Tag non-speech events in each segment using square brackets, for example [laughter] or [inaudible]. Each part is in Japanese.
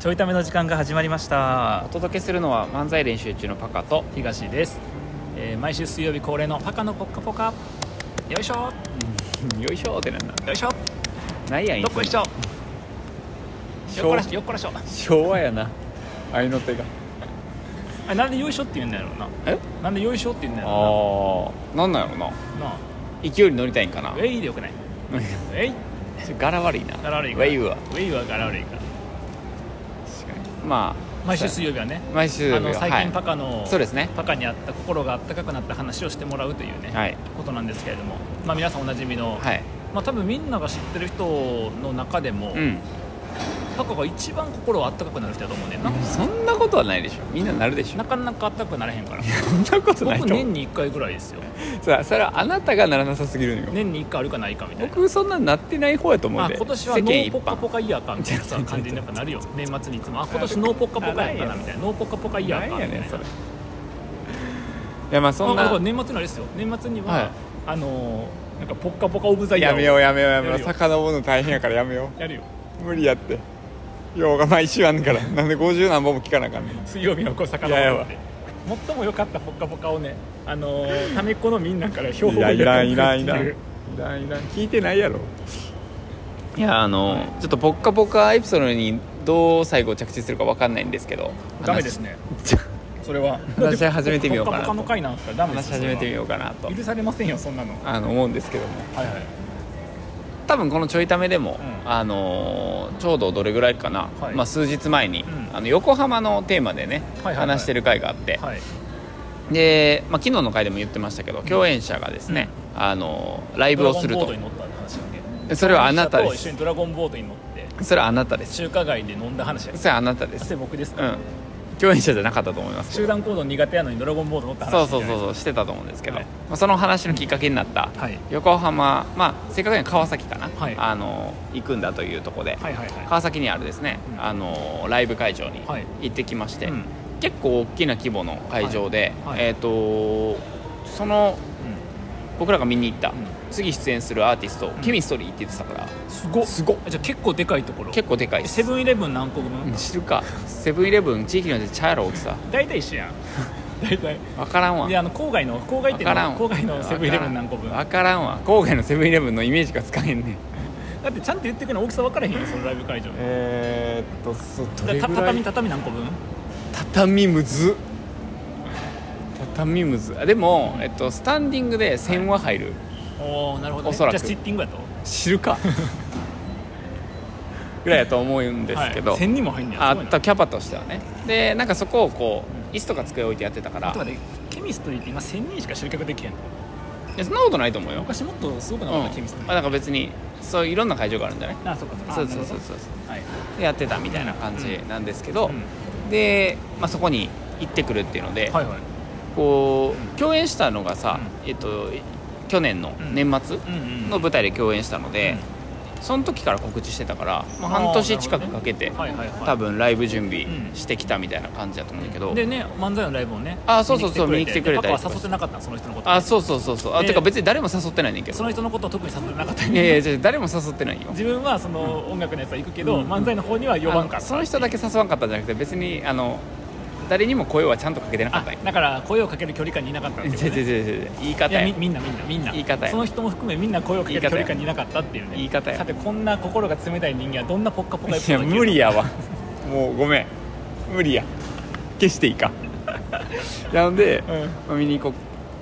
ちょいための時間が始まりましたお届けするのは漫才練習中のパカと東です、えー毎週水曜日恒例のパカのポッカポカよいしょよいしょーってなん [laughs] だよいしょないやんいどっこいしょよっこらしょよっこらしょ昭和やなあいの手があなんでよいしょって言うんだろうなえなんでよいしょって言うんだろああなんなんやろなうなな勢いに乗りたいんかなあウェイでよくないウェイ [laughs] 柄悪いなガラ悪いかウらェイはウェイはガラ悪いからまあ毎週そう水曜日はねや毎週あの最近パはカの、い、そうですねパカにあった心があったかくなった話をしてもらうというね、はいことなんですけれども、まあ、皆さんおなじみの、はいまあ、多分みんなが知ってる人の中でも、うんパカが一番心あったかくなる人だと思うねんな、そんなことはないでしょみんななるでしょなかなかあったかくなれへんからそんなことない僕と思年うに1回ぐらいですよさあそれはあなたがならなさすぎるのよ年に1回あるかないかみたいな僕そんなんなってない方やと思うあで今年は世ノ間ー一ポッカポ般カイヤーかみた [laughs] いなさ感じにやっぱなるよ年末にいつもあ今年ノーポッカポカやったなみたいなノーポッカポカイヤーかなみんたやいなねんそれいやまあそあんだなから年末のあれですよ年末には、はいあのーなんかポッカポカオブザイヤーやをめようやめようやめよやうるよ魚もの大変やからやめよやるよう無理やってようが毎週あんねんから [laughs] なんで50何本も聞かなあかんねん水曜日のこう魚いやを持いやって最も良かったポッカポカをねあの [laughs] ーためっこのみんなから評い価らをんいらんいらんいらんっていいうら [laughs] んいらん聞いてないやろいやあの、ちょっと「ぽっかぽか」エピソードにどう最後着地するかわかんないんですけどダメですねそれは話し始めてみようかなポッカポカの回なんですからダメで話すし始めてみようかなと許されませんよそんなのはあの思うんですけどもいはい多分このちょいためでも、うんあのーちょうどどれぐらいかな、はいまあ、数日前に、うんあの横浜のテーマでね、はいはいはい話してる回があって、はいで、まあ、昨日の回でも言ってましたけど共演者がですね、あのーライブをするドラゴンボードにと乗ったって話なんでそれはあなたでと一緒すにドラゴンボードに乗ってそれはあなたです中華街で飲んだ話やそれはあなたですそれ僕ですうか、ん共演者じゃなかったと思いますけ集ど団行動苦手やのにドラゴンボード乗った話そうそうそうそうしてたと思うんですけど、はいまあ、その話のきっかけになったはい横浜まあ正確には川崎かな、はいあのー行くんだというところで、はいはいはい川崎にあるですね、うんあのーライブ会場にはい行ってきまして、うん結構大きな規模の会場で、はいはいえっ、とその僕らが見に行った、ん次出演するアーティスト、んケミストリーって言ってたからすごっすごっじゃあ結構でかいところ結構でかいですセブンイレブン何個分、うん知るかセブンイレブン地域によってちゃうやろ大きさ大体一緒やん [laughs] 大体分からんわであの郊外の郊外っ分てからんわ郊外のセブンイレブン何個分だ分からんわ郊外のセブンイレブンのイメージがつかへんねんってちゃんと言ってくれの大きさ分からへんよそのライブ会場えー、っとそどだから畳畳何個分畳むず畳むずあでも、えっと、スタンディングで1000は入る、おおなるほど、ね、おそらくじゃあシッティングやと知るか [laughs] ぐらいやと思うんですけど、はい、1000人も入んねやあすごいなとキャパとしてはねでなんかそこをこう椅子とか机置いてやってたかあらとはねケミストリーって今1000人しか集客できへんのいやそんなことないと思うよ、昔もっとすごくう、なんかっまた、ケミストリあーなんか別にそういろんな会場があるんじゃないああそうかかそうそうそううそうそはい、うやってたみたいな感じなんですけど、うんで、まあ、そこに行ってくるっていうので、はいはいこう共演したのがさ、えっと去年の年末うんうんの舞台で共演したので、その時から告知してたから、まあ、あー半年近くかけなて、るほどねはいはいはい多分ライブ準備うんしてきたみたいな感じだと思うんだけど、でね漫才のライブをねあそうそうそう見に来てくれたりパとパはか誘ってなかったのその人のことあそうそうそうそうあ、でてか別に誰も誘ってないねんけそどの人のことを特に誘ってなかったいやいやじゃあ誰も誘ってないよ自分はその音楽のやつは行くけど、うん漫才の方には呼ばんかあったのその人だけ誘わんかったんじゃなくて別にあの誰にも声はちゃんとかけてなかあったんよだから声をかける距離感にいなかったって [laughs] 違うことね違う違う違う言い方いややみみんなみんなみんな言い方やその人も含めみんな声をかける距離感にいなかったっていうね言い方やさてこんな心が冷たい人間はどんなポッカポカエピいソーやド無理やわもうごめん無理や消していい [laughs] かなので、まあ見に行こ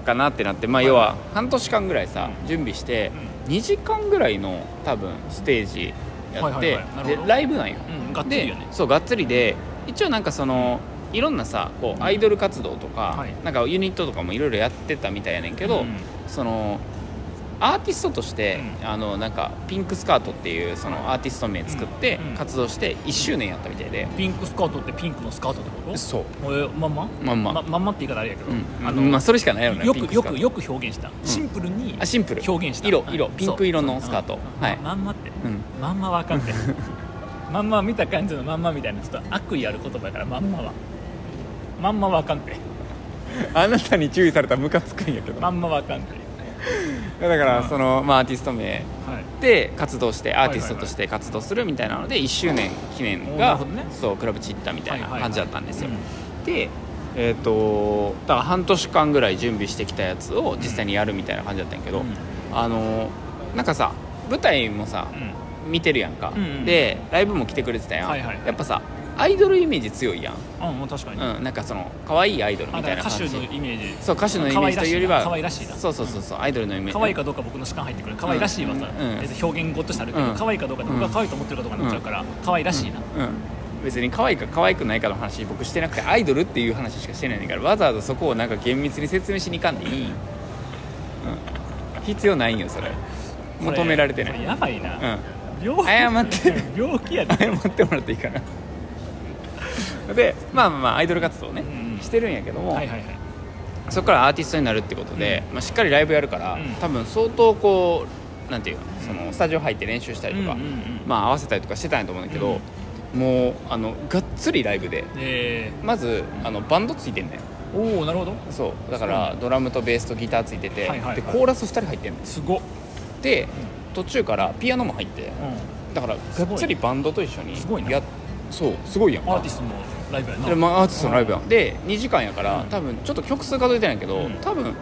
うかなってなってまはあい要は半年間ぐらいさ、準備して、2時間ぐらいの多分ステージやっはいて、はいはいなるほどでライブなんよ、うんがっつりでよねそうがっつりで一応なんかそのいろんなさこうアイドル活動とか、はいなんかユニットとかもいろいろやってたみたいやねんけど、うんそのアーティストとして、あのなんかピンクスカートっていうそのアーティスト名作ってうんうん活動して1周年やったみたいで、ピンクスカートってピンクのスカートってことそうえーまんままんま、ままんまって言い方あれやけど、うんあまあそれしかないよねよピンクくスよカートくよく表現したシンプルにあシンプル表現した色うん色そうピンク色のスカートそうはいまんまってうんまんまわ [laughs] かんないまんま見た感じのまんまみたいなちょっと悪意ある言葉やからまんまはまんまわかんないあなたに注意されたらムカつくんやけどまんまわかんないだからうんその、まあ、アーティスト名はいで活動してアーティストとして活動するみたいなので1周年記念なるが、ほどねそうクラブチッタみたいはいなはいはい感じだったんですよ、うんでえっ、とだから半年間ぐらい準備してきたやつを実際にやるみたいな感じだったんやけど、うんあのなんかさ舞台もさう、ん見てるやんか、うんうんでライブも来てくれてたやん、はいはいはいやっぱさアイドルイメージ強いやん、あもう確かに、あうん、なんかその可愛いアイドルだみたかいらな歌感じ手のイメージそう歌手のイメージというよりは可愛らしいなそうそうそうそうアイドルのイメージ可愛いかどうか僕の主観入ってくる可愛らしいはさ、うん別に表現語としてあるけど、うん可愛いかどうかで僕が可愛いと思ってるかどうかになっちゃうから、可愛らしいな、うん、別に可愛いか可愛くないかの話僕してなくてアイドルっていう話しかしてないんだからわざわざそこをなんか厳密に説明しに行かんでいい、うん、必要ないんよそれこ求められてなこい、やばいな、う病気謝って [laughs] 病気やん、で、謝ってもらっていいかなでまあまあまあアイドル活動ね、うんしてるんやけどはも、いはいはいそこからアーティストになるってことで、まあ、しっかりライブやるから、うん多分相当こうなんていうのそのスタジオ入って練習したりとか、うんうんうんまあ、合わせたりとかしてたんやと思うんだけど、もうあのがっつりライブでえまずあのバンドついてんねんー、おおなるほどそうだからドラムとベースとギターついてはて、いはいはいでコーラス2人入ってんのすごっ、で途中からピアノも入ってうだからすごいがっつりバンドと一緒にすごいなやっそうすごいやんん、アかーティストのライブやなでまあアーティストのライブやんで2時間やから、うん多分ちょっと曲数数えてないけど、うん多分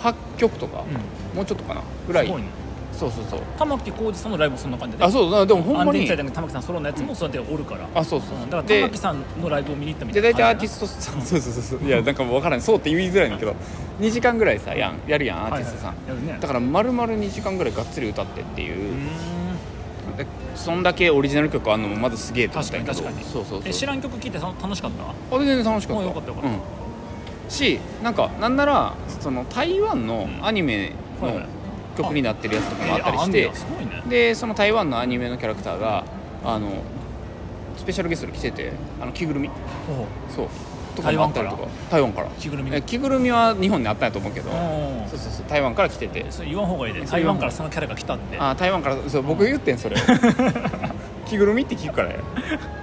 8曲とか、うもうちょっとかなぐん、らいすごいねそうそうそう玉木浩二さんのライブもそんな感じであそうだでもほんま安全に地帯で玉木さんソロのやつもそうやっておるから、あそうそううそんうだからで玉木さんのライブを見に行ったみたでいな大体アー感ティじストさんそうそうそうそういやなんかもう分からんそうって言いづらいんだけど2時間ぐらいさやんやるやんアーティストさん、はいはいはいやるねだから丸々2時間ぐらいがっつり歌ってっていうーう、んでそんだけオリジナル曲あんのもまずすげえと思確ったかんにやけ確どかにそうそうそうえ知らん曲聴いて楽楽しかったあ全然楽しかったあよかったよかったうん、しなんかなんならその台湾のアニメはいのはい曲になってるやつとかもあったりえあして、あんねやすごいねでその台湾のアニメのキャラクターがあのスペシャルゲストで来ててあの着ぐるみほそうとか台もあ湾ったりとかか台湾からう着ぐるみえ着ぐるみは日本にあったんやと思うけどうんそうそうそう台湾から来ててそれ言わん方がいいでそれ台言わ湾んからそのキャラが来たってあ台湾からそう僕言ってんそ [laughs] れ着ぐるみって聞くからや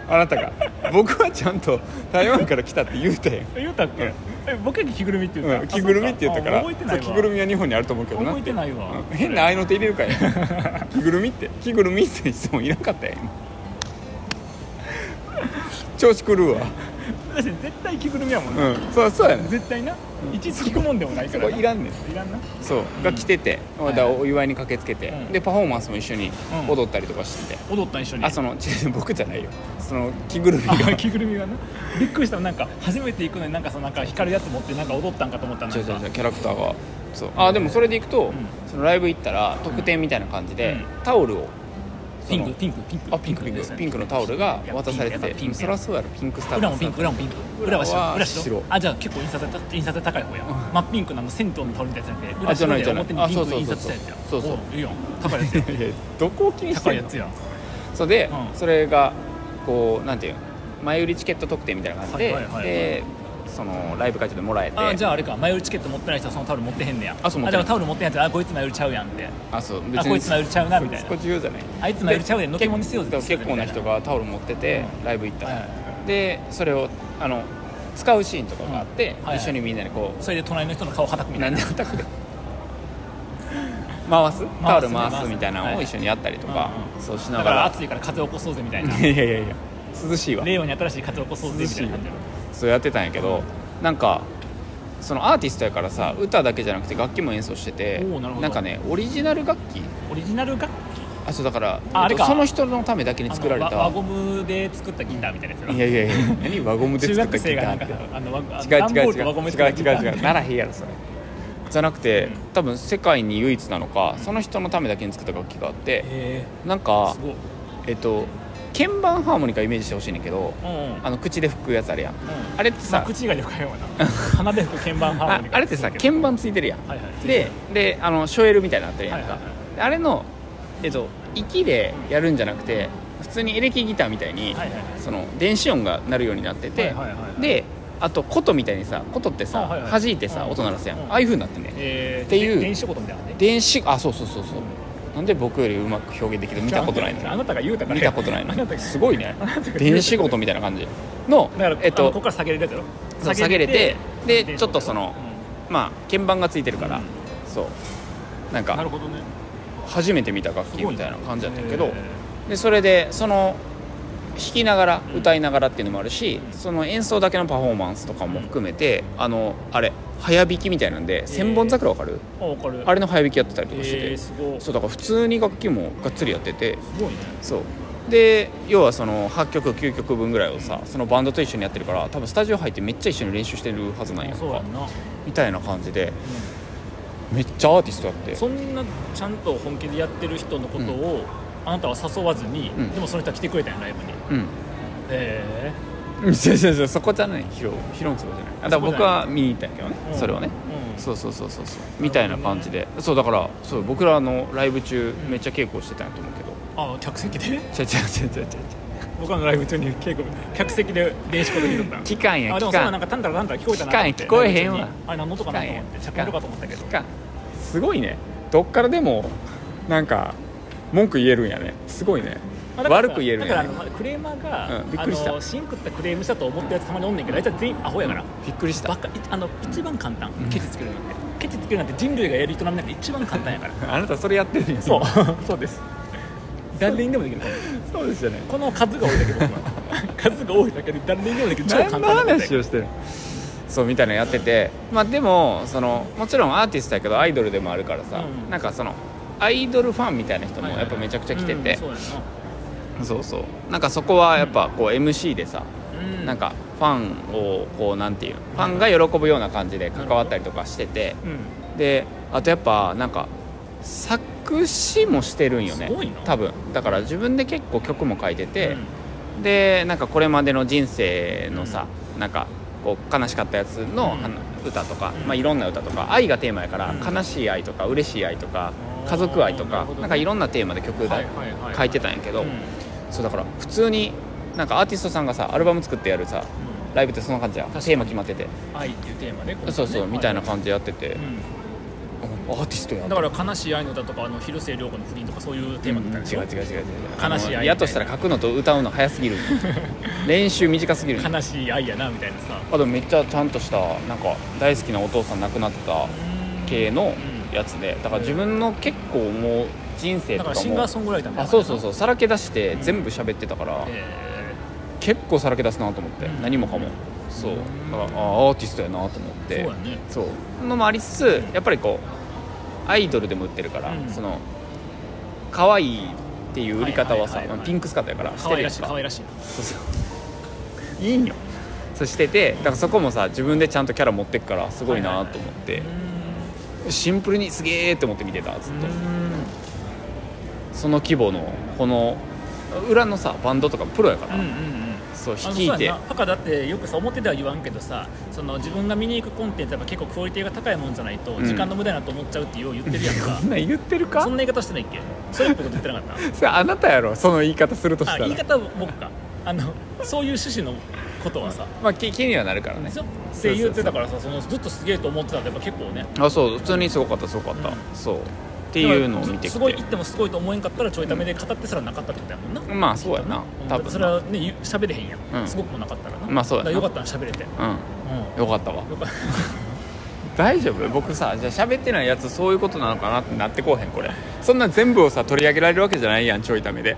あなたが僕はちゃんと台湾から来たって言うてえ言うたっけえ僕に着ぐるみってん、言うたうん、あ着ぐるみって言ったからそそうう覚えてないわ着ぐるみは日本にあると思うけどな覚えてないわうん変な合いの手入れるかや着ぐるみって着ぐるみって質問いなかったやん今調子狂うわだって絶対着ぐるみやもんうな、んそうそうやねん絶対な、いちいち聞くもんでもないかそらこないらんねんらんなそううんが来てて、はいだからお祝いに駆けつけて、うんでパフォーマンスも一緒にうん踊ったりとかしてて、踊ったん一緒にあその違う僕じゃないよその着ぐるみがあ着ぐるみがなびっくりしたなんか初めて行くのになんかそのなんか光るやつ持ってなんか踊ったんかと思ったら違なうかん違う違うキャラクターがそうあでもそれでいくと、んそのライブ行ったら特典みたいな感じで、うタオルをピンクそのピンクピンクあピンクピンでクすねピンクのタオルがいや渡されてピてンクやっぱピンクやそりゃそうやろピンクスター裏もピンク裏もピンク裏は裏白は裏白白あじゃあ結構印刷た印刷で高い方や真っピンクなの銭湯のタオルみたいなやつやんけあ裏じ白ゃないで表にじピゃないンク印刷したやつやあそうそうそうそうそうおういいよ高いやつや [laughs] いやどこを気にして高いんやのつやそうで、うんそれがこうなんていうの前売りチケット特典みたいな感じで、はいはいはいはいでそのライブ会場でもらえてあじゃああれか前売りチケット持ってない人はそのタオル持ってへんねやあそう持っじてなゃいあタオル持ってへんやつあこいつ前売りちゃうやんってあそうあこいつ前売りちゃうなみたいなこっち言うじゃないあいつ前売りちゃうやんのけもんにせようでも結構な人がタオル持ってて、ライブ行ったら、はいはでそれをあの使うシーンとかがあって、うんはいはい一緒にみんなでこうそれで隣の人の顔はたくみたい何なで叩くの回すタオル回回すすみたいなのを一緒にやったりとか、はいうんうんそうしなだがからら暑いから風起こそうぜみたいない [laughs] やいやいや涼しいわ令和に新しい風起こそうぜみたいな感じのそうやってたんやけど、なんかそのアーティストやからさ歌だけじゃなくて楽器も演奏してておーなるほどんかねオリジナル楽器オリジナル楽器あそうだからああれかその人のためだけに作られあのわ輪たゴムで作ったギターみたいなやつやろいやいやいや何輪ゴムで中作っ学たギ生タがなーんっかてあのわあの違う段違うボール違輪ゴムうで作違ったギうタ違ーう違うならへんやろそれじゃなくて、うん多分世界に唯一なのかその人のためだけに作った楽器があって、へなんーかすごいえっと鍵盤ハーモニカイメージしてほしいねんだけどうんうんうんあの口で吹くやつあれやんあれってまあさ、口以外で深いわ [laughs] な鼻で吹く鍵盤ハーあモニカあれってさ鍵盤ついてるやん、はいはいでであのショエルみたいになってるやんか、はいはいはであれの、えっと、息でやるんじゃなくて普通にエレキギターみたいに、はいはいはいその電子音が鳴るようになってはて、いはいはいはいであと琴みたいにさ琴ってさ、あはいはい弾いてさうん音鳴らすやん、うんああいうふうになってんねん、えーっていうで電子ことみたいなね電子あそうそうそうそうなんで僕よりうまく表現できる見たことないのにあなたが言うたから見たことないのあなたにがすごいねあなたが言うた電子琴みたいな感じのだからえっあのこことから下げれるやつやろそう下げれてで電子ちょっとそのうんまあ鍵盤がついてるから、うんそうなんなるほかどね初めて見た楽器みたいな感じだったけど、へでそれでその弾きながら歌いながらっていうのもあるし、その演奏だけのパフォーマンスとかも含めて、あのあれ早弾きみたいなんで千本桜わかる、ーあ分かるあれれの早弾きやってたりとかしてて、えー、すごいすそうだから普通に楽器もがっつりやっててごいねそうで要はその8曲9曲分ぐらいをさそのバンドと一緒にやってるから多分スタジオ入ってめっちゃ一緒に練習してるはずなんやんそうやかんな、みたいな感じでめっちゃアーティストやってそんなちゃんと本気でやってる人のことを、あなたは誘わずに、うんでもその人は来てくれたんやライブにうんえ違う違う違うそこじゃないヒロヒロのそこじゃないあだから僕は見に行ったんやけどねえーうんそれをねうん、そうそうそうそうそうみたいな感じでそうだからそう僕らのライブ中めっちゃ稽古してたんやと思うけどあ客席で [laughs] 違う違う違う違う違う僕らのライブ中に結構客席で電子コード聞いとった期間やあで期もそれはな間んかタンタラタンタラ聞こえたなと思って聞かん聞こえへんわライブ中にあれ何の音かなと思っ聞かんてやしゃべるかと思ったけど期間すごいねどっからでもなんか文句言えるんやねすごいねまあだから悪く言えるだんからやあねのクレーマーが、うんびっくりしたあのシンクったクレームしたと思ったやつたまにおんねんけど大体全員アホやから、びっくりしたバカいあの一番簡単ケチつけるなんて、ケチつけるなんて人類がやる人なんで一番簡単やからあなたそれやってるんやそうそうです誰にでもできるそうですよねこの数が多いだけ僕は [laughs] 数が多いだけで誰にでもできる超簡何単のなことで話をしてるそうみたいなのやっててまあでもそのもちろんアーティストやけどアイドルでもあるからさ、うんなんかそのアイドルファンみたいな人はもいはいやっぱめちゃくちゃ来てて、うんそうやそうそうなんかそこはやっぱこう MC でさ、な,、うん、なんかファンをこうなんていうファンが喜ぶような感じで関わったりとかしててうんであとやっぱなんか作詞もしてるんよねすごいな多分だから自分で結構曲も書いてて、うんでなんかこれまでの人生のさ、なんかこう悲しかったやつの、うんあの歌とか、うんまあ、いろんな歌とか愛がテーマやから、うん悲しい愛とか嬉しい愛とかあー家族愛となかるほな,、どねんかいろんなテーマで曲はいではいはい書いてたんやけど、うんうんそうだから普通になんかアーティストさんがさアルバム作ってやるさライブってそんな感じやんテ確かにーマ決まってて、愛っていうテーマで、そうそうみたいな感じでやっててじ、、あアーティストやうんんだから悲しい愛の歌とかあの広末涼子の不倫とかそういうテーマだったんでしょ、うん違う違う違う違う悲しい愛みたいなあのやっとしたら書くのと歌うの早 [laughs] すぎる練習短すぎる悲しい愛やなみたいなさあでもめっちゃちゃんとしたなんか大好きなお父さん亡くなってた系のやつでだから自分の結構もう人生だとかからシンガーもソングライターみたいあなそうそうそううさらけ出して全部喋ってたから、え結構さらけ出すなと思って、うん何もかもそううんだからあアーティストやなと思っーてそうやねそうのもありつつやっぱりこうアイドルでも売ってるから、うんその可愛いっていう売り方はさ、はいはいはいはいピンクスカートやからし可愛てるらやんしいか可愛らしいそうそう [laughs] いいんよそうしててだからそこもさ自分でちゃんとキャラ持ってくからすごいなと思って、うーんシンプルにすげえって思って見てたずっと、うーんその規模のこの裏のさバンドとかプロやから、うんうんうんそうあの率そうやいんてなパカだってよくさ表では言わんけどさその自分が見に行くコンテンツはやっぱ結構クオリティが高いもんじゃないとうん時間の無駄だなと思っちゃうってよう言ってるやんかそんなん言ってるそかんな言い方してないっけそれっぽいこと言ってな [laughs] かっそれ [laughs] あなたやろその言い方するとたしあた言いら方は僕かあのそういう趣旨のことはさまあ気気にはなるからねずっって言ってたからさそのずっとすげえと思ってたんでやっぱ結構ねっあそう普通にすごかったすごかった、うんそうっていうのを見てきすごいて言ってもすごいと思えんかったらちょいためで語ってすらなかったってことやもんな、うんまあそうやなだ多って分それなはね言う喋れへんやん、うんすごくもなかったらなまあそうやなだからよかったら喋れてうんうんよかったわよかっ大丈夫僕さじゃあ喋ってないやつそういうことなのかなってなってこうへんこれそんな全部をさ取り上げられるわけじゃないやんちょいためで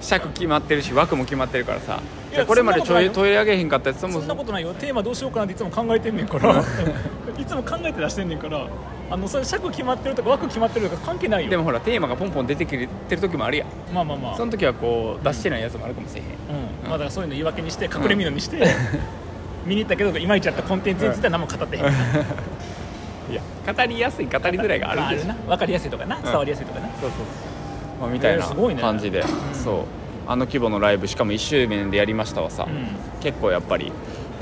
尺決まってるし枠も決まってるからさいやじゃあこれまでそんちなことなょいいよ取り上げへんかったやつたそもんなことないよテーマどうしようかなっていつも考えてんねんから [laughs] いつも考えて出してんねんからあのそれ尺決まってるとか枠決まってるとか関係ないよでもほらテーマがポンポン出てきてる時もあるやんまあまあまあその時はこう出してないやつもあるかもしれへんうんまあ、だからそういうの言い訳にして隠れみのにして、見に行ったけどいまいちやったコンテンツについては何も語ってへん、いや語りやすい語りづらいがあまあるあんれでな分かりやすいとかな、伝わりやすいとかなそうそうまあ、みたいえなーすごいね感じで、んそうあの規模のライブしかも1周年でやりましたはさ、うん結構やっぱり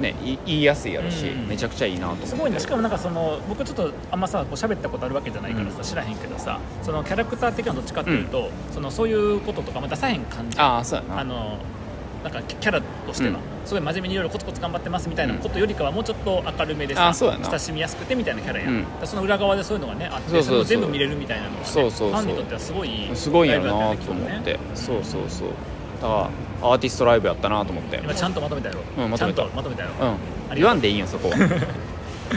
ねい言いやすいやろし、うんめちゃくちゃいいなと思ってすごいねしかもなんかその僕ちょっとあんまさこう喋ったことあるわけじゃないからさ、う知らへんけどさそのキャラクター的などっちかっていうと、そのそういうこととかまあ出さへん感じああそうやなあのなんかキャラとしては、うすごい真面目にいろいろコツコツ頑張ってますみたいなことよりかはもうちょっと明るめであさそうやな親しみやすくてみたいなキャラや、うんだからその裏側でそういうのがねあってそうそうそうれを全部見れるみたいなのが、ね、そうそうそうファンにとってはすごいすごいんやろライなブだたとよね思って、きとねそうそうそうだからアーティストライブやったなと思って今ちゃんとまとめたやろ、うんまとめたちゃんとまとめたやろ、 [laughs] うん言わんでいいよそこは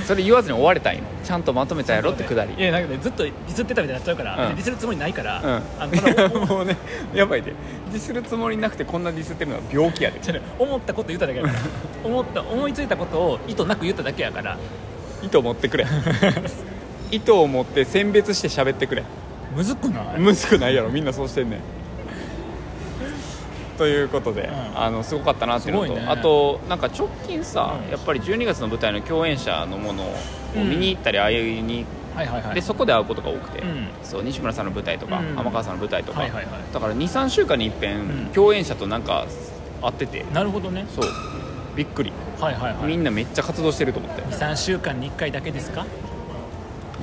それ言わずに終われたんよちゃんとまとめたやろってくだりいやなんかねずっとディスってたみたいになっちゃうから、うんディスるつもりないから、あのうん、たいだや [laughs] 思もうねやばいでディスるつもりなくてこんなディスってるのは病気や [laughs] でじゃあね思ったこと言っただけやから思った思いついたことを意図なく言っただけやから糸持ってく [laughs] れ糸を持って選別して喋ってくれむずくないむずくないやろみんなそうしてんねんということで、んあのすごかったなっていうのすと、ごいねあとなんか直近さ、うんやっぱり12月の舞台の共演者のものを見に行ったり会いに、はいはいはいでそこで会うことが多くて、うんそう西村さんの舞台とか、うん天川さんの舞台とか、はいはいはいだから23週間に一う遍、ん共演者となんか会っててなるほどねそうびっくり、はいはいはみいんなめっちゃ活動してると思って23週間に1回だけですか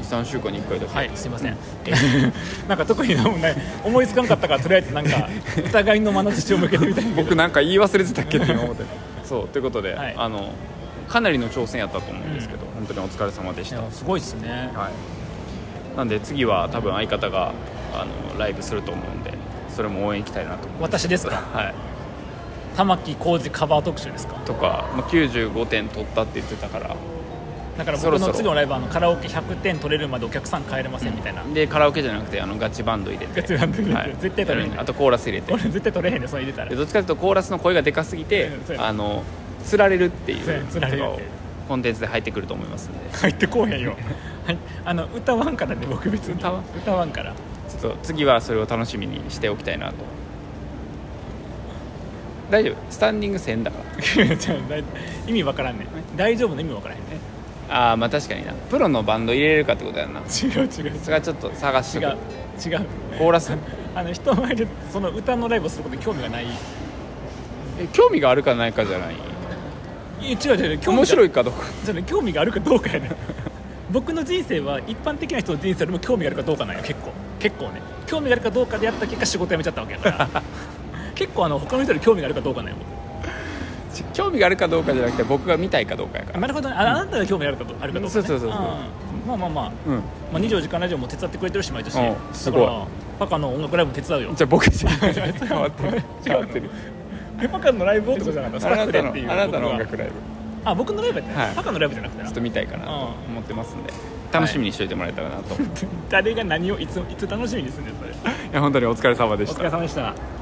23週間に1回だけ、はいすいません、えーなんか特になんもない思いつかなかったからとりあえずなんかお互いの眼差しを向けてみたいな僕なんか言い忘れてたっけって今思ってるそうということで、はいあのかなりの挑戦やったと思うんですけど、本当にお疲れ様でいした、やすごいっすねはい、なんで次は多分相方があのライブすると思うんでそれも応援行きたいなと思う私ですかはい玉置浩二カバー特集ですかとか、まあ、95点取ったって言ってたからだからそろ僕そのろ次のライブはあのカラオケ100点取れるまでお客さん帰れませんみたいな、でカラオケじゃなくてあのガチバンド入れてガチバンド入れて絶対取れへんねあとコーラス入れて俺絶対取れへんでそれ入れたらでどっちかというとコーラスの声がでかすぎてうんそうやあの釣られるっていそうやう釣られるってのがコンテンツで入ってくると思いますんで入ってこうへんよはいあの歌わんからね僕別に歌わん歌わんから [laughs] ちょっと次はそれを楽しみにしておきたいなと大丈夫スタンディング戦だかちょだい意味わからんね大丈夫の意味わからへんねらああまあ確かになプロのバンド入れれるかってことやな違う違う違それはちょっと探しうて違うコーラスあの人前でその歌のライブをすることに興味がないえ興味があるかないかじゃないいや違う違う違う興味面白いいかどうか興味があるかどうかやね僕の人生は一般的な人の人生よりも興味があるかどうかなんよ結構結構ね興味があるかどうかでやった結果仕事辞めちゃったわけやから [laughs] 結構あの他の人より興味があるかどうかなんよち興味があるかどうかじゃなくて僕が見たいかどうかやか僕らなるほどねああなたが興味があるかどうかあるかどうか、ね、そうそうそうそうんまあまあまあ、うんまあ、24時間ラジオも手伝ってくれてるし毎年おだうからすごいパカの音楽ライブも手伝うよ [laughs] じゃあ僕じゃない違う変わってる変わってるえパカのライブをってことじゃなかったス [laughs] タあッなフたでっていうのあなたの音僕楽ライブがあ僕のライブやったね、はいパカのライブじゃなくてちょなっと見たいかなと思ってますんで楽しみにしておいてもらえたらなと、い誰が何をいついつ楽しみにするんですかそれや本当にお疲れ様でおし疲たれ様でした